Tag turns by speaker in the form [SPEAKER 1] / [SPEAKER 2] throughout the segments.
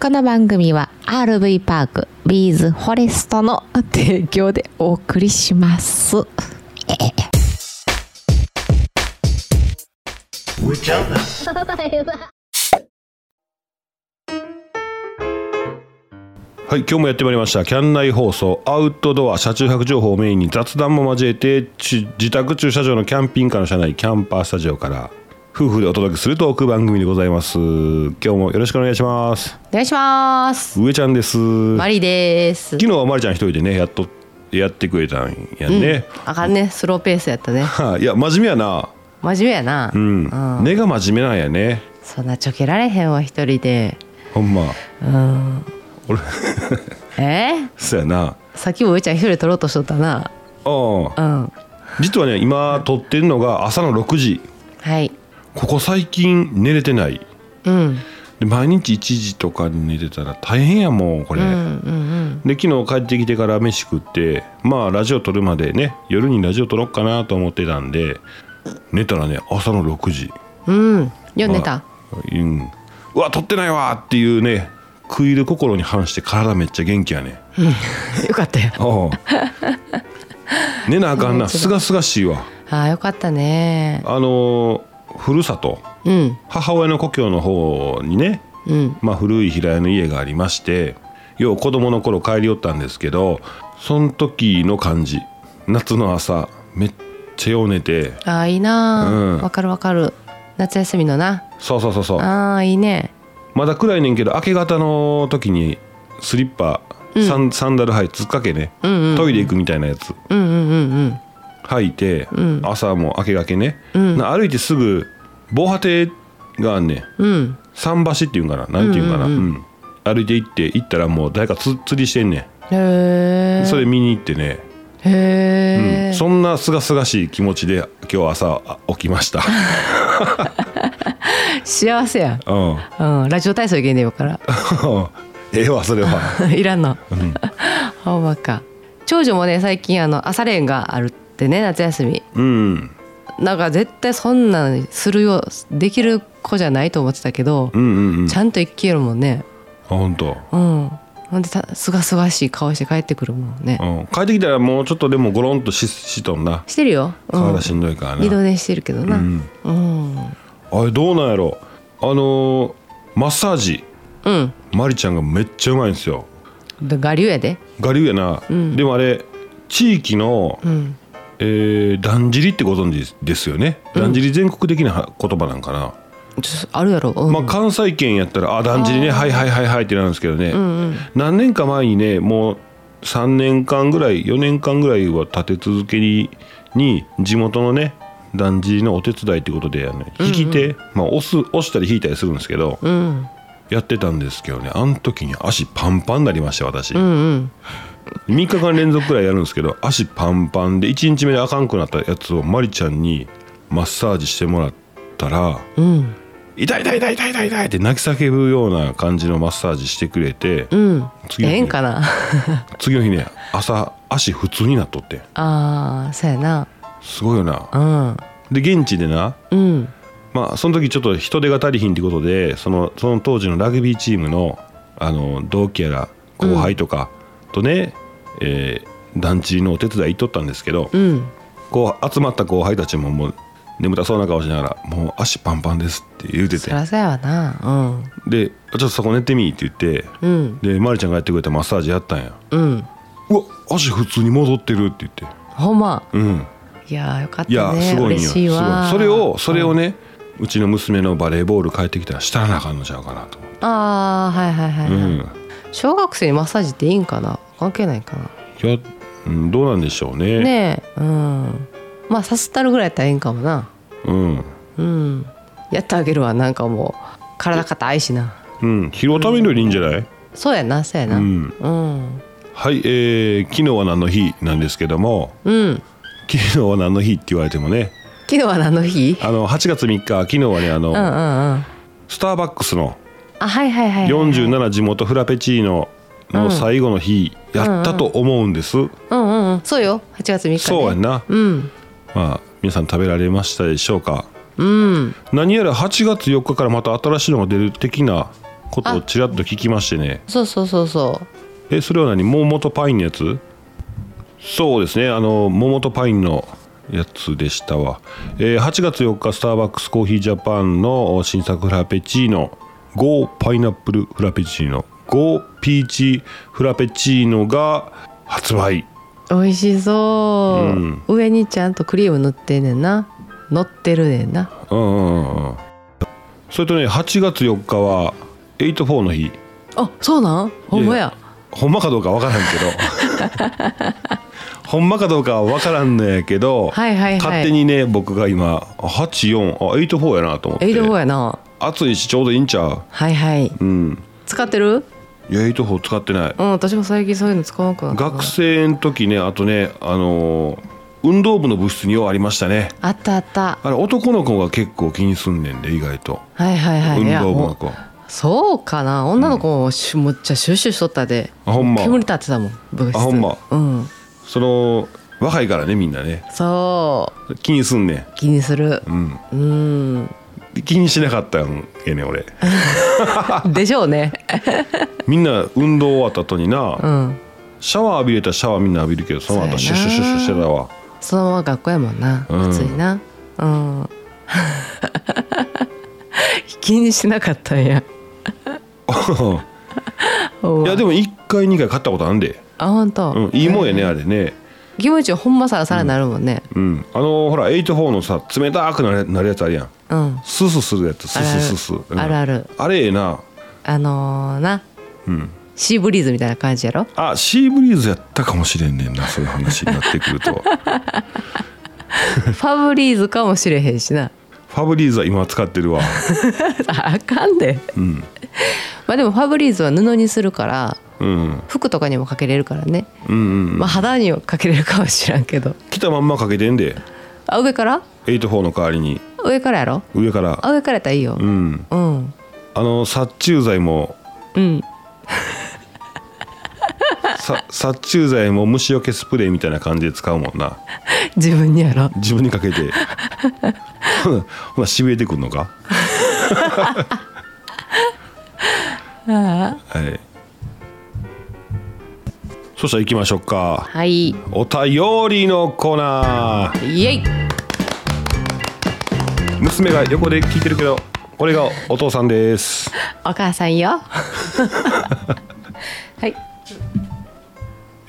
[SPEAKER 1] この番組は RV パークビーズフォレストの提供でお送りします。
[SPEAKER 2] はい、今日もやってまいりました。キャン内放送、アウトドア、車中泊情報をメインに雑談も交えて、ち自宅駐車場のキャンピングカーの車内、キャンパースタジオから、夫婦でお届けするトーク番組でございます。今日もよろしくお願いします。
[SPEAKER 1] お願いします。
[SPEAKER 2] 上ちゃんです。
[SPEAKER 3] マ
[SPEAKER 2] 昨
[SPEAKER 3] リです。
[SPEAKER 2] 日はまりちゃん一人でね、やっと、やってくれたんやね。
[SPEAKER 3] あかんね、スローペースやったね。
[SPEAKER 2] はいや、真面目やな。
[SPEAKER 3] 真面目やな。
[SPEAKER 2] うん。根が真面目なんやね。
[SPEAKER 3] そんなちょけられへんわ一人で。
[SPEAKER 2] ほんま。
[SPEAKER 3] え
[SPEAKER 2] そうやな。
[SPEAKER 3] さっきも上ちゃん一人で撮ろうとしとったな。
[SPEAKER 2] うん。
[SPEAKER 3] うん。
[SPEAKER 2] 実はね、今撮ってるのが朝の6時。
[SPEAKER 3] はい。
[SPEAKER 2] ここ最近寝れてない。
[SPEAKER 3] うん。
[SPEAKER 2] で毎日1時とかに寝てたら大変やもんこれ、
[SPEAKER 3] うんうん
[SPEAKER 2] で昨日帰ってきてから飯食ってまあラジオ撮るまでね夜にラジオ撮ろうかなと思ってたんで寝たらね朝の6時
[SPEAKER 3] うん。うん。読んでた。
[SPEAKER 2] うんうわ撮ってないわっていうね食い入る心に反して体めっちゃ元気やね
[SPEAKER 3] よかったよ。
[SPEAKER 2] ああ 寝なあかんなすがすがしいわ
[SPEAKER 3] ああよかったね。
[SPEAKER 2] あのーふるさと
[SPEAKER 3] うん
[SPEAKER 2] 母親の故郷の方にね
[SPEAKER 3] うん
[SPEAKER 2] まあ、古い平屋の家がありましてよう子供の頃帰り寄ったんですけどその時の感じ夏の朝めっちゃよう寝て
[SPEAKER 3] ああいいな
[SPEAKER 2] うん
[SPEAKER 3] ー。わかるわかる。夏休みのな。
[SPEAKER 2] そうそうそうそう
[SPEAKER 3] ああいいね。
[SPEAKER 2] まだ暗いねんけど明け方の時にスリッパ、サンサンダル履いてつっかけね、
[SPEAKER 3] うんうん
[SPEAKER 2] トイレ行くみたいなやつ
[SPEAKER 3] うんうんうん
[SPEAKER 2] 履いて、朝も明けがけね、な歩いてすぐ防波堤があんねん
[SPEAKER 3] うんうん。
[SPEAKER 2] 桟橋っていうんかななんていうんかな、うん歩いて行って行ったらもう誰かつ釣りしてんね
[SPEAKER 3] へ
[SPEAKER 2] ん
[SPEAKER 3] え。
[SPEAKER 2] それ見に行ってね
[SPEAKER 3] へえ。
[SPEAKER 2] そんなすがすがしい気持ちで今日朝あ起き ました、
[SPEAKER 3] 幸せや。
[SPEAKER 2] うん、
[SPEAKER 3] うん。ラジオ体操いけんでよから。
[SPEAKER 2] ええわそれ は
[SPEAKER 3] いらんの。ほんまか。長女もね最近あの朝練があるってね夏休み。
[SPEAKER 2] うん
[SPEAKER 3] なんか絶対そんなんするよできる子じゃないと思ってたけど
[SPEAKER 2] う、んうんうん
[SPEAKER 3] ちゃんと生きるもんね。
[SPEAKER 2] あ本当。
[SPEAKER 3] うん。ほんでたすがすがしい顔して帰ってくるもんね
[SPEAKER 2] う。ん、帰ってきたらもうちょっとでもゴロンとししとんな
[SPEAKER 3] してるよ。うん
[SPEAKER 2] 体しんどいからな、
[SPEAKER 3] 二度寝してるけどな。
[SPEAKER 2] うん
[SPEAKER 3] うん。
[SPEAKER 2] あれどうなんやろあのーマッサージ
[SPEAKER 3] うん。
[SPEAKER 2] マリちゃんがめっちゃうまいんですよ
[SPEAKER 3] で我流やで。
[SPEAKER 2] 我流やな、でもあれ地域の、
[SPEAKER 3] うん。
[SPEAKER 2] えーだんじりってご存知ですよねだんじり全国的なは言葉なんかな、
[SPEAKER 3] ちょあるやろ。うん。
[SPEAKER 2] まあ、関西圏やったら「あだんじりねはいはいはいはい」ってなるんですけどね、何年か前にねもう3年間ぐらい4年間ぐらいは立て続けにに地元のねだんじりのお手伝いってことで、あの引き手、まあ、押す押したり引いたりするんですけど、
[SPEAKER 3] うん。
[SPEAKER 2] やってたんですけどねあの時に足パンパンになりました私、
[SPEAKER 3] う
[SPEAKER 2] 三
[SPEAKER 3] んうん。
[SPEAKER 2] 3日間連続くらいやるんですけど足パンパンで1日目であかんくなったやつをマリちゃんにマッサージしてもらったら
[SPEAKER 3] うん。
[SPEAKER 2] 痛い痛い痛い痛い痛い痛いって泣き叫ぶような感じのマッサージしてくれて、
[SPEAKER 3] うん。
[SPEAKER 2] 次
[SPEAKER 3] え
[SPEAKER 2] の
[SPEAKER 3] え
[SPEAKER 2] 日
[SPEAKER 3] んかな。
[SPEAKER 2] 次の日ね朝足普通になっとって
[SPEAKER 3] ああ、そうやな。
[SPEAKER 2] すごいよな
[SPEAKER 3] うん。
[SPEAKER 2] で現地でな
[SPEAKER 3] うん。
[SPEAKER 2] まあその時ちょっと人手が足りひんってことでそのその当時のラグビーチームのあの同期やら後輩とかとね、えー団地のお手伝い行っとったんですけど、
[SPEAKER 3] うん。
[SPEAKER 2] こう集まった後輩たちももう眠たそうな顔しながら「もう足パンパンです」って言うて
[SPEAKER 3] そ
[SPEAKER 2] て
[SPEAKER 3] らそうやわな。
[SPEAKER 2] で「ちょっとそこ寝てみ」って言って
[SPEAKER 3] うん。うん。
[SPEAKER 2] でまりちゃんがやってくれたマッサージやったんや
[SPEAKER 3] うん。
[SPEAKER 2] うわ足普通に戻ってるって言って
[SPEAKER 3] ほんま。
[SPEAKER 2] うん
[SPEAKER 3] いやーよかった
[SPEAKER 2] い
[SPEAKER 3] ね。
[SPEAKER 2] や、すごいんよ
[SPEAKER 3] 嬉しい
[SPEAKER 2] すご
[SPEAKER 3] わ
[SPEAKER 2] いそれをそれをね、うちの娘のバレーボール帰ってきたらしたらなあかんのちゃうかなと思って
[SPEAKER 3] ああはいはいはい、
[SPEAKER 2] う
[SPEAKER 3] はい
[SPEAKER 2] ん
[SPEAKER 3] 小学生にマッサージっていいんかな関係ないかない
[SPEAKER 2] や、うん、どうなんでしょうね
[SPEAKER 3] ねえうんまあさすったるぐらいやったらいいんかもな
[SPEAKER 2] うん、
[SPEAKER 3] うんやってあげるわなんかもう体硬いしな
[SPEAKER 2] うん、疲労ためるよりいいんじゃない、
[SPEAKER 3] そうやなそうやな
[SPEAKER 2] う
[SPEAKER 3] うん
[SPEAKER 2] ん、
[SPEAKER 3] うん、
[SPEAKER 2] はいえー、昨日は何の日なんですけども昨日は何の日って言われてもね
[SPEAKER 3] 昨日は何の日
[SPEAKER 2] あの8月3日昨日はねあの、
[SPEAKER 3] うんうんうんあ
[SPEAKER 2] スターバックスの
[SPEAKER 3] はいはいはい、はい、
[SPEAKER 2] 47地元フラペチーノの最後の日やったと思うんです、
[SPEAKER 3] うんうんうんそうよ8月3日、ね、
[SPEAKER 2] そうやんな、
[SPEAKER 3] うん
[SPEAKER 2] まあ皆さん食べられましたでしょうか
[SPEAKER 3] うん
[SPEAKER 2] 何やら8月4日からまた新しいのが出る的なことをちらっと聞きましてね
[SPEAKER 3] そうそうそうそ
[SPEAKER 2] えそれは何桃とパインのやつそうですねあの桃とパインのやつでしたわ、えー8月4日スターバックスコーヒージャパンの新作フラペチーノ GO パイナップルフラペチーノ GO ピーチフラペチーノが発売
[SPEAKER 3] う美味しそう、上にちゃんとクリーム塗ってんねんな乗ってるねんな
[SPEAKER 2] うんうんうんうんそれとね8月4日は84の日
[SPEAKER 3] あそうなんほんまや
[SPEAKER 2] ほんまかどうかわからんけど ほんまかどうかはわからんのやけど、
[SPEAKER 3] はいはいはい
[SPEAKER 2] 勝手にね僕が今84あ84やなと思って
[SPEAKER 3] エイドフォーやな
[SPEAKER 2] 暑いしちょうどいいんちゃ
[SPEAKER 3] はいはいう
[SPEAKER 2] うん
[SPEAKER 3] 使ってる
[SPEAKER 2] いや84使ってない
[SPEAKER 3] うん私も最近そういうの使わなくなったな
[SPEAKER 2] 学生の時ねあとねあのー運動部の部室にようありましたね
[SPEAKER 3] あったあった
[SPEAKER 2] あれ男の子が結構気にすんねんで意外と、
[SPEAKER 3] はいはいはいい
[SPEAKER 2] 運
[SPEAKER 3] や
[SPEAKER 2] 動部
[SPEAKER 3] も
[SPEAKER 2] の
[SPEAKER 3] う
[SPEAKER 2] 子
[SPEAKER 3] そうかな女の子もしむっちゃシュッシュしとったで
[SPEAKER 2] あほんま
[SPEAKER 3] 煙立ってたもん部室
[SPEAKER 2] あほんま
[SPEAKER 3] うん
[SPEAKER 2] その若いからねみんなね
[SPEAKER 3] そ
[SPEAKER 2] 気にすんね
[SPEAKER 3] う気にする
[SPEAKER 2] んうん
[SPEAKER 3] うん
[SPEAKER 2] 気にしなかったんやね俺
[SPEAKER 3] でしょうね
[SPEAKER 2] みんな運動終わった後にな、
[SPEAKER 3] うん
[SPEAKER 2] シャワー浴びれたらシャワーみんな浴びるけどその後シュッシュッシュッシュッしてたわ
[SPEAKER 3] そのまま学校やもんな
[SPEAKER 2] うん
[SPEAKER 3] 暑いなうん 気にしなかったんや
[SPEAKER 2] いやでも1回2回買ったことあんで、
[SPEAKER 3] あ本当、
[SPEAKER 2] うん、いいもんやねあれね
[SPEAKER 3] 気持ちほんまさらさらなるもんね
[SPEAKER 2] うんあのほら84のさ冷たくなるなるやつあるやん
[SPEAKER 3] うん
[SPEAKER 2] ススするやつス
[SPEAKER 3] あるある
[SPEAKER 2] スススうん
[SPEAKER 3] あるある
[SPEAKER 2] あれええな
[SPEAKER 3] あのーな
[SPEAKER 2] うん
[SPEAKER 3] シーブリーズみたいな感じや ろ
[SPEAKER 2] あシーブリーズやったかもしれんねんなそういう話になってく ると
[SPEAKER 3] ファブリーズかもしれへんしな
[SPEAKER 2] ファブリーズは今使ってるわ
[SPEAKER 3] ああかんで
[SPEAKER 2] うん
[SPEAKER 3] まあでもファブリーズは布にするから
[SPEAKER 2] うん
[SPEAKER 3] 服とかにもかけれるからね、
[SPEAKER 2] うんうん
[SPEAKER 3] まあ、肌にはかけれるかもしらんけど
[SPEAKER 2] 来たまんまかけてんで
[SPEAKER 3] あ上から
[SPEAKER 2] 84の代わりに
[SPEAKER 3] 上からやろ
[SPEAKER 2] 上から
[SPEAKER 3] あ上からやったらいいよ
[SPEAKER 2] うん
[SPEAKER 3] うん
[SPEAKER 2] あの殺虫剤も
[SPEAKER 3] うん
[SPEAKER 2] さ殺虫剤も虫除けスプレーみたいな感じで使うもんな
[SPEAKER 3] 自分にやろ
[SPEAKER 2] 自分にかけてほなほなしびれてくんのかはいそしたら行きましょうか
[SPEAKER 3] はいイ
[SPEAKER 2] お便りのコーナー
[SPEAKER 3] エイ
[SPEAKER 2] 娘が横で聞いてるけどこれがお父さんです
[SPEAKER 3] お母さん よはい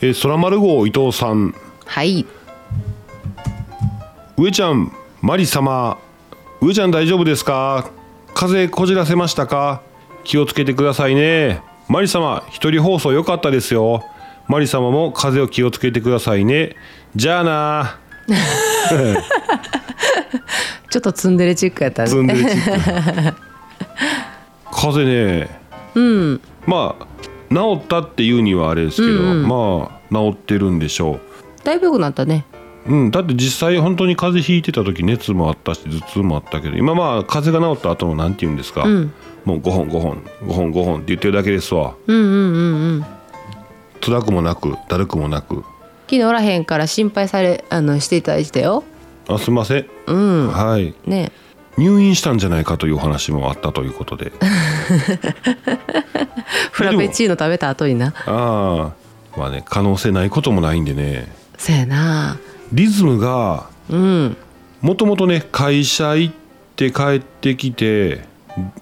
[SPEAKER 2] えー空丸号伊藤さん
[SPEAKER 3] はい
[SPEAKER 2] 上ちゃんマリ様上ちゃん大丈夫ですか風邪こじらせましたか気をつけてくださいねマリ様一人放送良かったですよマリ様も風邪を気をつけてくださいねじゃあな
[SPEAKER 3] ちょっとツンデレチックやったね
[SPEAKER 2] ずんでるチック風邪ねうんまあ治ったっていうにはあれですけど、まあ治ってるんでしょ
[SPEAKER 3] だいぶ良くなったね
[SPEAKER 2] ううん、だって実際本当に風邪ひいてた時熱もあったし頭痛もあったけど今まあ風邪が治った後のなんて言うんですか、もう5本5本5本5本って言ってるだけですわ
[SPEAKER 3] うんうんうんうん
[SPEAKER 2] 辛くもなくだるくもなく
[SPEAKER 3] 昨日おらへんから心配されあのしていただいてたよ
[SPEAKER 2] あすいません、
[SPEAKER 3] うん
[SPEAKER 2] はい
[SPEAKER 3] ね
[SPEAKER 2] 入院したんじゃないかというお話もあったということ で
[SPEAKER 3] フラペチーノ食べた後にな
[SPEAKER 2] ああまあね可能性ないこともないんでね
[SPEAKER 3] そやな
[SPEAKER 2] リズムが
[SPEAKER 3] うん
[SPEAKER 2] もともとね会社行って帰ってきて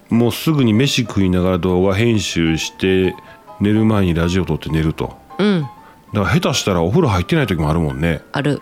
[SPEAKER 2] もうすぐに飯食いながら動画編集して寝る前にラジオ撮って寝ると
[SPEAKER 3] うん
[SPEAKER 2] だから下手したらお風呂入ってない時もあるもんね
[SPEAKER 3] ある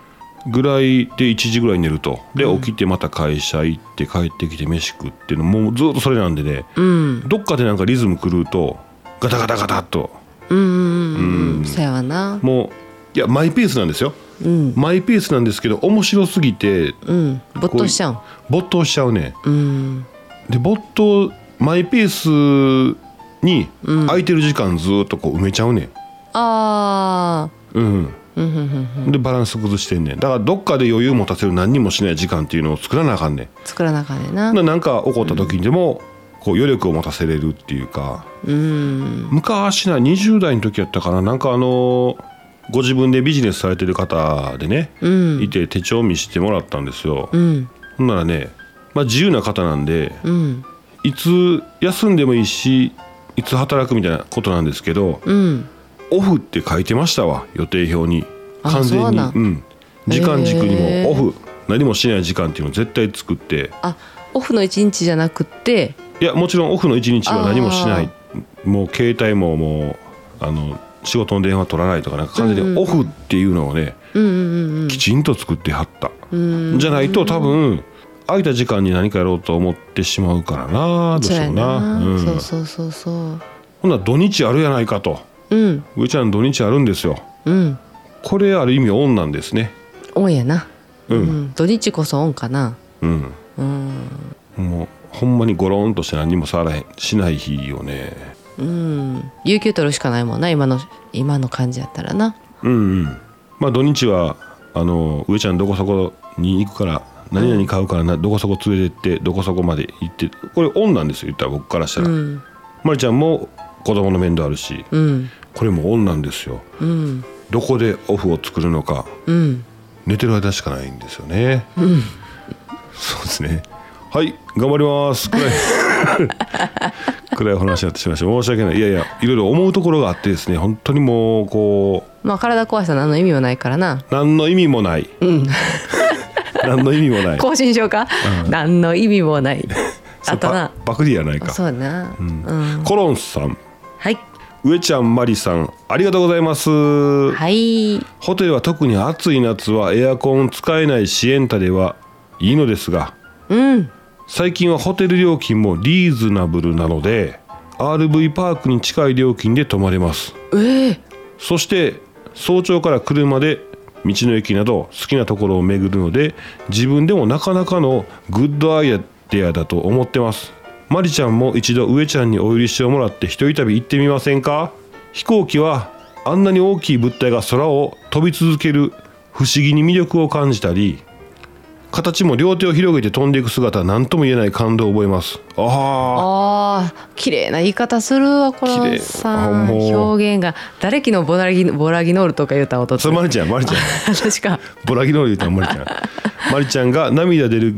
[SPEAKER 2] ぐらいで1時ぐらいに寝るとで起きてまた会社行って帰ってきて飯食ってのもうずっとそれなんでね
[SPEAKER 3] うん
[SPEAKER 2] どっかでなんかリズム狂うとガタガタガタっと
[SPEAKER 3] うんうんうんうんそやわな
[SPEAKER 2] もういやマイペースなんですよ
[SPEAKER 3] うん
[SPEAKER 2] マイペースなんですけど面白すぎて
[SPEAKER 3] うん没頭しちゃう
[SPEAKER 2] 没頭しちゃうね
[SPEAKER 3] うん
[SPEAKER 2] で没頭マイペースに空いてる時間ずーっとこう埋めちゃうねん、
[SPEAKER 3] あ
[SPEAKER 2] うん
[SPEAKER 3] ーうんうんうん
[SPEAKER 2] でバランス崩してんねんだからどっかで余裕持たせる何にもしない時間っていうのを作らなあかんね
[SPEAKER 3] 作らなあかんねんなん
[SPEAKER 2] ななんか起こった時にでもこう余力を持たせれるっていうか
[SPEAKER 3] うん
[SPEAKER 2] 昔な20代の時やったかななんかあのーご自分でビジネスされてる方でね、
[SPEAKER 3] うん
[SPEAKER 2] いて手帳見してもらったんですよ、
[SPEAKER 3] うん
[SPEAKER 2] ほんならね、まあ、自由な方なんで
[SPEAKER 3] うん
[SPEAKER 2] いつ休んでもいいしいつ働くみたいなことなんですけど、
[SPEAKER 3] うん
[SPEAKER 2] オフって書いてましたわ予定表に
[SPEAKER 3] あ
[SPEAKER 2] 完全
[SPEAKER 3] そう
[SPEAKER 2] に
[SPEAKER 3] なん
[SPEAKER 2] ん時間軸に
[SPEAKER 3] へ
[SPEAKER 2] も
[SPEAKER 3] ー
[SPEAKER 2] オフ何もしない時間っていうのを絶対作って
[SPEAKER 3] あオフの一日じゃなくって
[SPEAKER 2] いやもちろんオフの一日は何もしないもう携帯ももうあの仕事の電話取らないとかなんか完全にオフっていうのをね、
[SPEAKER 3] うんうんうん
[SPEAKER 2] きちんと作ってはった、
[SPEAKER 3] うん
[SPEAKER 2] じゃないと多分空いた時間に何かやろうと思ってしまうからなどうしような
[SPEAKER 3] そううや
[SPEAKER 2] ん
[SPEAKER 3] そうそうそうそう
[SPEAKER 2] ほんなら土日あるやないかと
[SPEAKER 3] うん
[SPEAKER 2] 上ちゃん土日あるんですよ
[SPEAKER 3] うん
[SPEAKER 2] これある意味オンなんですね
[SPEAKER 3] オンやな、
[SPEAKER 2] う
[SPEAKER 3] うんん、土日こそオンかな
[SPEAKER 2] うん、
[SPEAKER 3] うん
[SPEAKER 2] もうほんまにゴロンとして何も触らへんしない日をね
[SPEAKER 3] うん有給取るしかないもんな今の今の感じやったらな
[SPEAKER 2] うんうんまあ土日はあの上ちゃんどこそこに行くから何々買うからなどこそこ連れてってどこそこまで行ってこれオンなんですよ言ったら僕からした
[SPEAKER 3] う
[SPEAKER 2] ら、
[SPEAKER 3] ん
[SPEAKER 2] まりちゃんも子供の面倒あるし
[SPEAKER 3] うん
[SPEAKER 2] これもオンなんですよ
[SPEAKER 3] うん
[SPEAKER 2] どこでオフを作るのか
[SPEAKER 3] うん
[SPEAKER 2] 寝てる間しかないんですよね、そうですねはい頑張りますくらい 暗いお話になってしまいました申し訳ないいやいやいろいろ思うところがあってですね本当にもうこ
[SPEAKER 3] まあ体壊したら何の意味もないからな
[SPEAKER 2] う何の意味もない、 何の意味もない
[SPEAKER 3] 更新しようか、何の意味もない あとな
[SPEAKER 2] そうババクリやないか
[SPEAKER 3] そうやなうん、
[SPEAKER 2] コロンさん
[SPEAKER 3] はい
[SPEAKER 2] 上ちゃんマリさんありがとうございます、
[SPEAKER 3] はい
[SPEAKER 2] ホテルは特に暑い夏はエアコン使えないシエンタではいいのですが
[SPEAKER 3] うん
[SPEAKER 2] 最近はホテル料金もリーズナブルなので RV パークに近い料金で泊まれます
[SPEAKER 3] ええ
[SPEAKER 2] そして早朝から車で道の駅など好きなところを巡るので自分でもなかなかのグッドアイデアだと思ってますマリちゃんも一度上ちゃんにお許しをもらって一人旅行ってみませんか飛行機はあんなに大きい物体が空を飛び続ける不思議に魅力を感じたり形も両手を広げて飛んでいく姿は何とも言えない感動を覚えますああ
[SPEAKER 3] ああ綺麗な言い方するわこ
[SPEAKER 2] 綺麗
[SPEAKER 3] のさん
[SPEAKER 2] あもう
[SPEAKER 3] 表現が誰きのボラギボラギノールとか言うたんおと
[SPEAKER 2] それマリちゃんマリちゃん
[SPEAKER 3] 確か
[SPEAKER 2] ボラギノール言うたらマリちゃ んマリちゃんが涙出る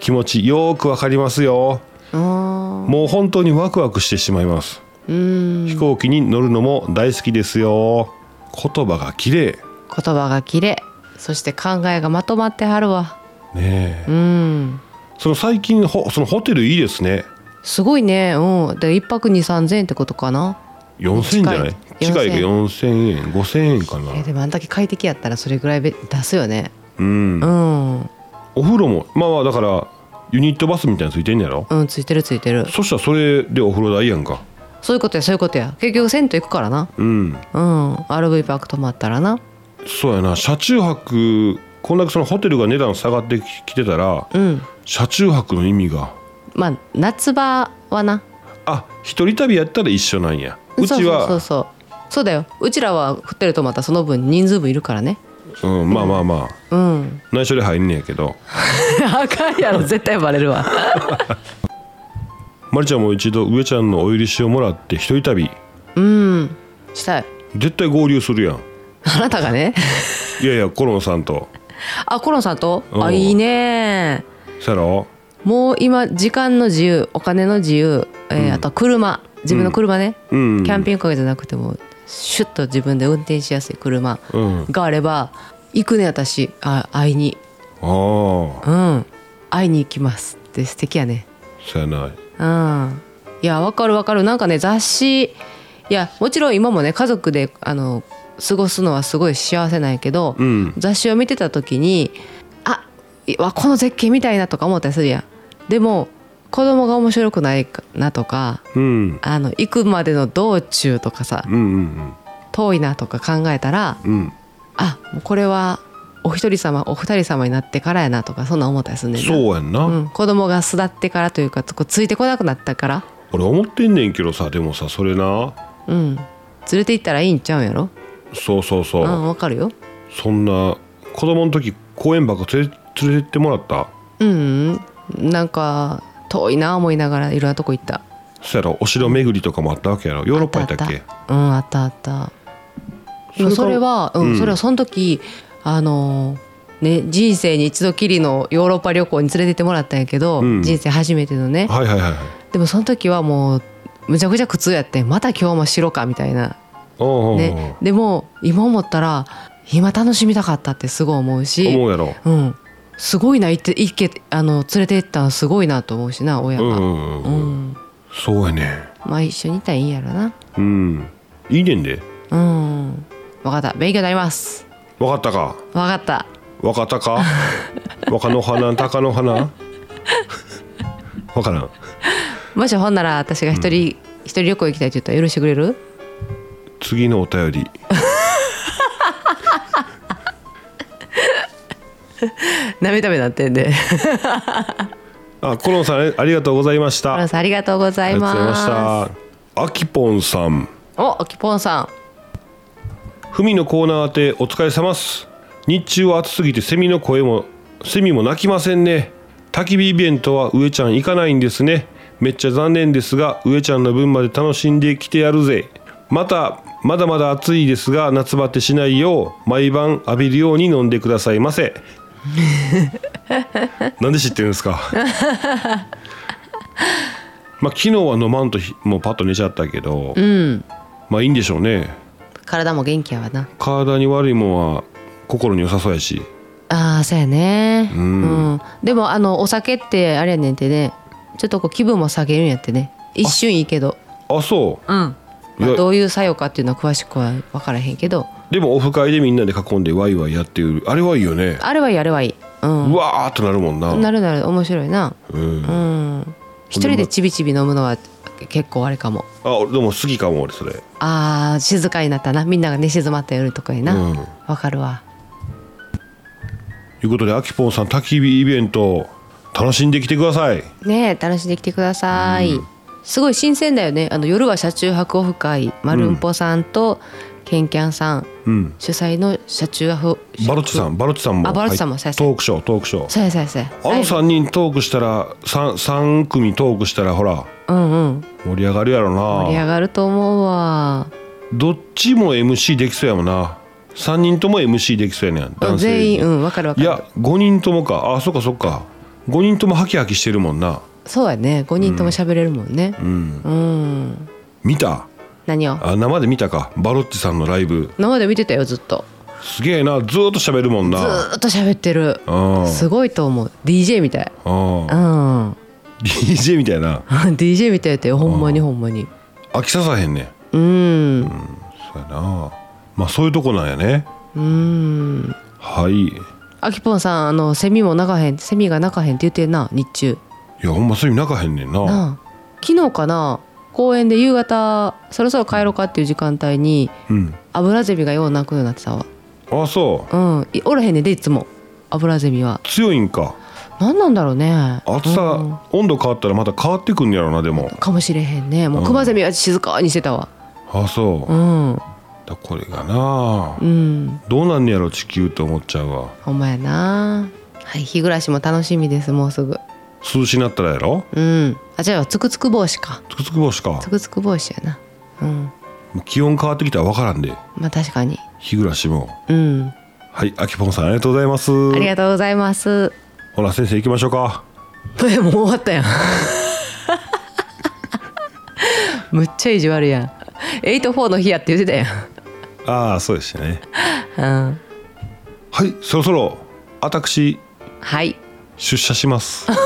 [SPEAKER 2] 気持ちよーくわかりますよ
[SPEAKER 3] あ
[SPEAKER 2] もう本当にワクワクしてしまいます
[SPEAKER 3] ーうん
[SPEAKER 2] 飛行機に乗るのも大好きですよ言葉が綺麗
[SPEAKER 3] 言葉が綺麗そして考えがまとまってはるわ
[SPEAKER 2] ねえ
[SPEAKER 3] うん
[SPEAKER 2] その最近ほそのホテルいいですね
[SPEAKER 3] すごいねうんで一泊二三千円ってことかな
[SPEAKER 2] 4000円じゃない
[SPEAKER 3] 近い
[SPEAKER 2] 近いか4000円5000円か
[SPEAKER 3] え
[SPEAKER 2] な
[SPEAKER 3] でもあんだけ快適やったらそれぐらいべ出すよね
[SPEAKER 2] うん
[SPEAKER 3] うん
[SPEAKER 2] お風呂もまあまあだからユニットバスみたいなのついてんねやろ
[SPEAKER 3] うんついてるついてる
[SPEAKER 2] そしたらそれでお風呂代やんか
[SPEAKER 3] そういうことやそういうことや結局銭湯行くからな
[SPEAKER 2] うん
[SPEAKER 3] うん RV パーク泊まったらな
[SPEAKER 2] そうやな車中泊こんだけそのホテルが値段下がってきてたら
[SPEAKER 3] うん
[SPEAKER 2] 車中泊の意味が
[SPEAKER 3] まあ夏場はな
[SPEAKER 2] あ一人旅やったら一緒なんやうち
[SPEAKER 3] そうそ
[SPEAKER 2] は
[SPEAKER 3] うそうそうそうだようちらはホテル泊まったらその分人数分いるからね
[SPEAKER 2] うん、まあまあま
[SPEAKER 3] う
[SPEAKER 2] あ
[SPEAKER 3] ん
[SPEAKER 2] 内緒で入んねやけど
[SPEAKER 3] あかんやろ絶対バレるわ
[SPEAKER 2] まりちゃんも一度上ちゃんのお許しをもらって一人旅
[SPEAKER 3] うんしたい
[SPEAKER 2] 絶対合流するやん
[SPEAKER 3] あなたが ね
[SPEAKER 2] いやいやコロンさんと
[SPEAKER 3] あコロンさんと
[SPEAKER 2] う
[SPEAKER 3] あ
[SPEAKER 2] ん
[SPEAKER 3] いいね
[SPEAKER 2] そやろ
[SPEAKER 3] もう今時間の自由お金の自由、えーあとは車自分の車ね、
[SPEAKER 2] うん
[SPEAKER 3] キャンピングカーじゃなくてもシュッと自分で運転しやすい車
[SPEAKER 2] うん
[SPEAKER 3] があれば行くね私あ会いに
[SPEAKER 2] ああ
[SPEAKER 3] うん会いに行きますって素敵やね
[SPEAKER 2] そやな
[SPEAKER 3] うん、いやわかるわかるなんかね雑誌いやもちろん今もね家族であの過ごすのはすごい幸せなんやけど、
[SPEAKER 2] うん
[SPEAKER 3] 雑誌を見てた時にあいわこの絶景みたいなとか思ったりするやんでも子供が面白くないかなとか
[SPEAKER 2] うん
[SPEAKER 3] あの行くまでの道中とかさ
[SPEAKER 2] うんうん
[SPEAKER 3] 遠いなとか考えたら
[SPEAKER 2] うんうん
[SPEAKER 3] あもうこれはお一人様お二人様になってからやなとかそんなん思ったりするねんな
[SPEAKER 2] そうやんな、
[SPEAKER 3] うん、子供が巣立ってからというかこうついてこなくなったから
[SPEAKER 2] 俺思ってんねんけどさでもさそれな
[SPEAKER 3] うん連れて行ったらいいんちゃうんやろ
[SPEAKER 2] そうそうそうう、
[SPEAKER 3] んわかるよ
[SPEAKER 2] そんな子供の時公園ばっか連れ連れてってもらった
[SPEAKER 3] うんうんなんか遠いな思いながらいろんなとこ行った
[SPEAKER 2] そやろお城巡りとかもあったわけやろヨーロッパやったっけ
[SPEAKER 3] あったうんあったあったでも
[SPEAKER 2] そ
[SPEAKER 3] そ
[SPEAKER 2] れ
[SPEAKER 3] れ
[SPEAKER 2] か
[SPEAKER 3] は、うん
[SPEAKER 2] うん
[SPEAKER 3] それはその時あのーね人生に一度きりのヨーロッパ旅行に連れて行ってもらったんやけど、
[SPEAKER 2] うん
[SPEAKER 3] 人生初めてのね
[SPEAKER 2] はいはいはいはい
[SPEAKER 3] でもその時はもうむちゃくちゃ苦痛やってまた今日も白かみたいな、
[SPEAKER 2] おうおうおう
[SPEAKER 3] ね、でも今思ったら今楽しみたかったってすごい思うし
[SPEAKER 2] 思うやろ
[SPEAKER 3] うん、すごいな行って行けあの連れて行ったのすごいなと思うしな親
[SPEAKER 2] う
[SPEAKER 3] が、
[SPEAKER 2] んう
[SPEAKER 3] う
[SPEAKER 2] んうん、
[SPEAKER 3] ん
[SPEAKER 2] そうやね
[SPEAKER 3] まあ一緒にいたらいいんやろな
[SPEAKER 2] うんいいねんで
[SPEAKER 3] うん分かった勉強になります
[SPEAKER 2] わかったか
[SPEAKER 3] 分かった
[SPEAKER 2] わかっ たか若の花鷹の花わからん
[SPEAKER 3] もしほんなら私が一人、一人旅行行きたいって言ったら許してくれる
[SPEAKER 2] 次のお便り
[SPEAKER 3] 涙目なってんで
[SPEAKER 2] あコロンさんありがとうございました
[SPEAKER 3] 村
[SPEAKER 2] あ
[SPEAKER 3] さ んありがとうござい
[SPEAKER 2] りが
[SPEAKER 3] ま
[SPEAKER 2] とうございますしたあきぽんさん
[SPEAKER 3] おきぽんさん
[SPEAKER 2] ふみのコーナー宛てお疲れ様っす日中は暑すぎてセミの声もセミも鳴きませんね焚き火イベントは上ちゃん行かないんですねめっちゃ残念ですが上ちゃんの分まで楽しんできてやるぜまたまだまだ暑いですが夏バテしないよう毎晩浴びるように飲んでくださいませなんで知ってるんですかまあ昨日は飲まんとひもうパッと寝ちゃったけど、まあいいんでしょうね
[SPEAKER 3] 体も元気やわな
[SPEAKER 2] 体に悪いもんは心に良さそうやし
[SPEAKER 3] ああそうやねうん、でもあのお酒ってあれやねんてねちょっとこう気分も下げるんやってね一瞬いいけど
[SPEAKER 2] あそう
[SPEAKER 3] うん、ま
[SPEAKER 2] いや
[SPEAKER 3] あ、どういう作用かっていうのは詳しくは分からへんけど
[SPEAKER 2] でもオフ会でみんなで囲んでワイワイやってるあれはいいよね
[SPEAKER 3] あれはいいあれはいい、うん
[SPEAKER 2] うわーっとなるもんな
[SPEAKER 3] なるなる面白いな
[SPEAKER 2] うん、
[SPEAKER 3] う
[SPEAKER 2] あ
[SPEAKER 3] ん一人でちびちび飲むのは結構あれかも
[SPEAKER 2] 俺でも好きかも俺それ
[SPEAKER 3] あー静かになったなみんなが寝静まった夜とかにな
[SPEAKER 2] う
[SPEAKER 3] わ
[SPEAKER 2] ん、
[SPEAKER 3] かるわ
[SPEAKER 2] ということであきぽんさん焚き火イベント楽しんできてください
[SPEAKER 3] ねえ楽しんできてください、すごい新鮮だよねあの夜は車中泊オフ会まるんぽさんとけんきゃんさん
[SPEAKER 2] うん
[SPEAKER 3] 主催の車中泊
[SPEAKER 2] バロッチさんバロッチさんも
[SPEAKER 3] あバロッチさんも
[SPEAKER 2] はい
[SPEAKER 3] そうやそうや
[SPEAKER 2] トークショートークショー
[SPEAKER 3] そうやそうやそうや
[SPEAKER 2] あの3人トークしたら 3, 三組トークしたらほら
[SPEAKER 3] うんうん
[SPEAKER 2] 盛り上がるやろ
[SPEAKER 3] 盛り上
[SPEAKER 2] な
[SPEAKER 3] がると思うわ
[SPEAKER 2] どっちも MC できそうやもんな3人とも MC できそうやねん男性
[SPEAKER 3] 全員うんわかるわか
[SPEAKER 2] い
[SPEAKER 3] る
[SPEAKER 2] や5人ともかあそっかそっか5人ともハキハキしてるもんな
[SPEAKER 3] そうやね5人とも喋れるもんね
[SPEAKER 2] うん
[SPEAKER 3] うん
[SPEAKER 2] 見た
[SPEAKER 3] 何を
[SPEAKER 2] あ生で見たかバロッチさんのライブ
[SPEAKER 3] 今まで見てたよずっと
[SPEAKER 2] すげえなずーっと喋るもん
[SPEAKER 3] ず
[SPEAKER 2] な
[SPEAKER 3] ーっと喋ってる
[SPEAKER 2] うん
[SPEAKER 3] すごいと思う DJ みたい
[SPEAKER 2] うん
[SPEAKER 3] うん
[SPEAKER 2] DJ みたいな
[SPEAKER 3] DJ みたいやってほんまにほんまに
[SPEAKER 2] 飽きささへんねん
[SPEAKER 3] うん
[SPEAKER 2] そうやなまあそういうとこなんやね
[SPEAKER 3] うん
[SPEAKER 2] はいい
[SPEAKER 3] あきぽんさんあのセミも鳴かへんセミが鳴かへんって言ってんな日中
[SPEAKER 2] やほんまそういう意味なかへんねんな
[SPEAKER 3] なあ昨日かな公園で夕方そろそろ帰ろうかっていう時間帯に
[SPEAKER 2] うん
[SPEAKER 3] アブラゼミがよう鳴くようになってたわ
[SPEAKER 2] あそう
[SPEAKER 3] うんいおらへんねんでいつもアブラゼミは
[SPEAKER 2] 強いんか
[SPEAKER 3] 何なんだろうね
[SPEAKER 2] 暑さ、
[SPEAKER 3] うん
[SPEAKER 2] 温度変わったらまた変わってくんやろなでも
[SPEAKER 3] かもしれへんねもうクマゼミは静かにしてたわ
[SPEAKER 2] あそう、
[SPEAKER 3] う
[SPEAKER 2] だ
[SPEAKER 3] ん
[SPEAKER 2] これがな
[SPEAKER 3] うん
[SPEAKER 2] どうなんねやろ地球って思っちゃうわ
[SPEAKER 3] ほんまやなはい日暮らしも楽しみですもうすぐ
[SPEAKER 2] 涼しになったらやろ
[SPEAKER 3] うんあじゃあつくつく帽子か
[SPEAKER 2] つくつく帽子か
[SPEAKER 3] つくつく帽子やなうん
[SPEAKER 2] 気温変わってきたら分からんで
[SPEAKER 3] まあ確かに
[SPEAKER 2] 日暮らしも
[SPEAKER 3] うん
[SPEAKER 2] はいあきぽんさんありがとうございます
[SPEAKER 3] ありがとうございます
[SPEAKER 2] ほら先生行きましょうか
[SPEAKER 3] えもう終わったやん むっちゃ意地悪やん84の日やって言ってた
[SPEAKER 2] ああそうでしたね
[SPEAKER 3] や ん、うん、
[SPEAKER 2] はいそろそろ私
[SPEAKER 3] はい
[SPEAKER 2] 出社します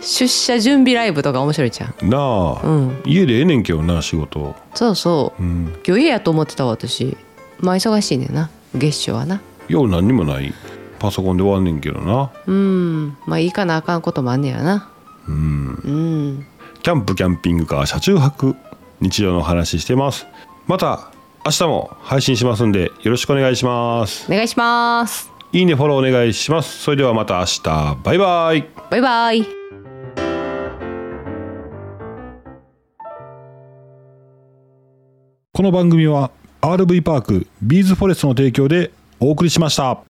[SPEAKER 3] 出社準備ライブとか面白いじゃん
[SPEAKER 2] なあ、
[SPEAKER 3] うん
[SPEAKER 2] 家でええねんけどな仕事
[SPEAKER 3] そうそう、
[SPEAKER 2] うん
[SPEAKER 3] 今日家やと思ってたわ私まあ忙しいねんな月初はな
[SPEAKER 2] よう何にもないパソコンで終わんねんけどな
[SPEAKER 3] うんまあいいかなあかんこともあんねやな
[SPEAKER 2] うん
[SPEAKER 3] うん
[SPEAKER 2] キャンプキャンピングカー車中泊日常の話してますまた明日も配信しますんでよろしくお願いします
[SPEAKER 3] お願いします
[SPEAKER 2] いいねフォローお願いしますそれではまた明日バイバイ
[SPEAKER 3] バイバイ
[SPEAKER 2] この番組は RV パークビーズフォレストの提供でお送りしました。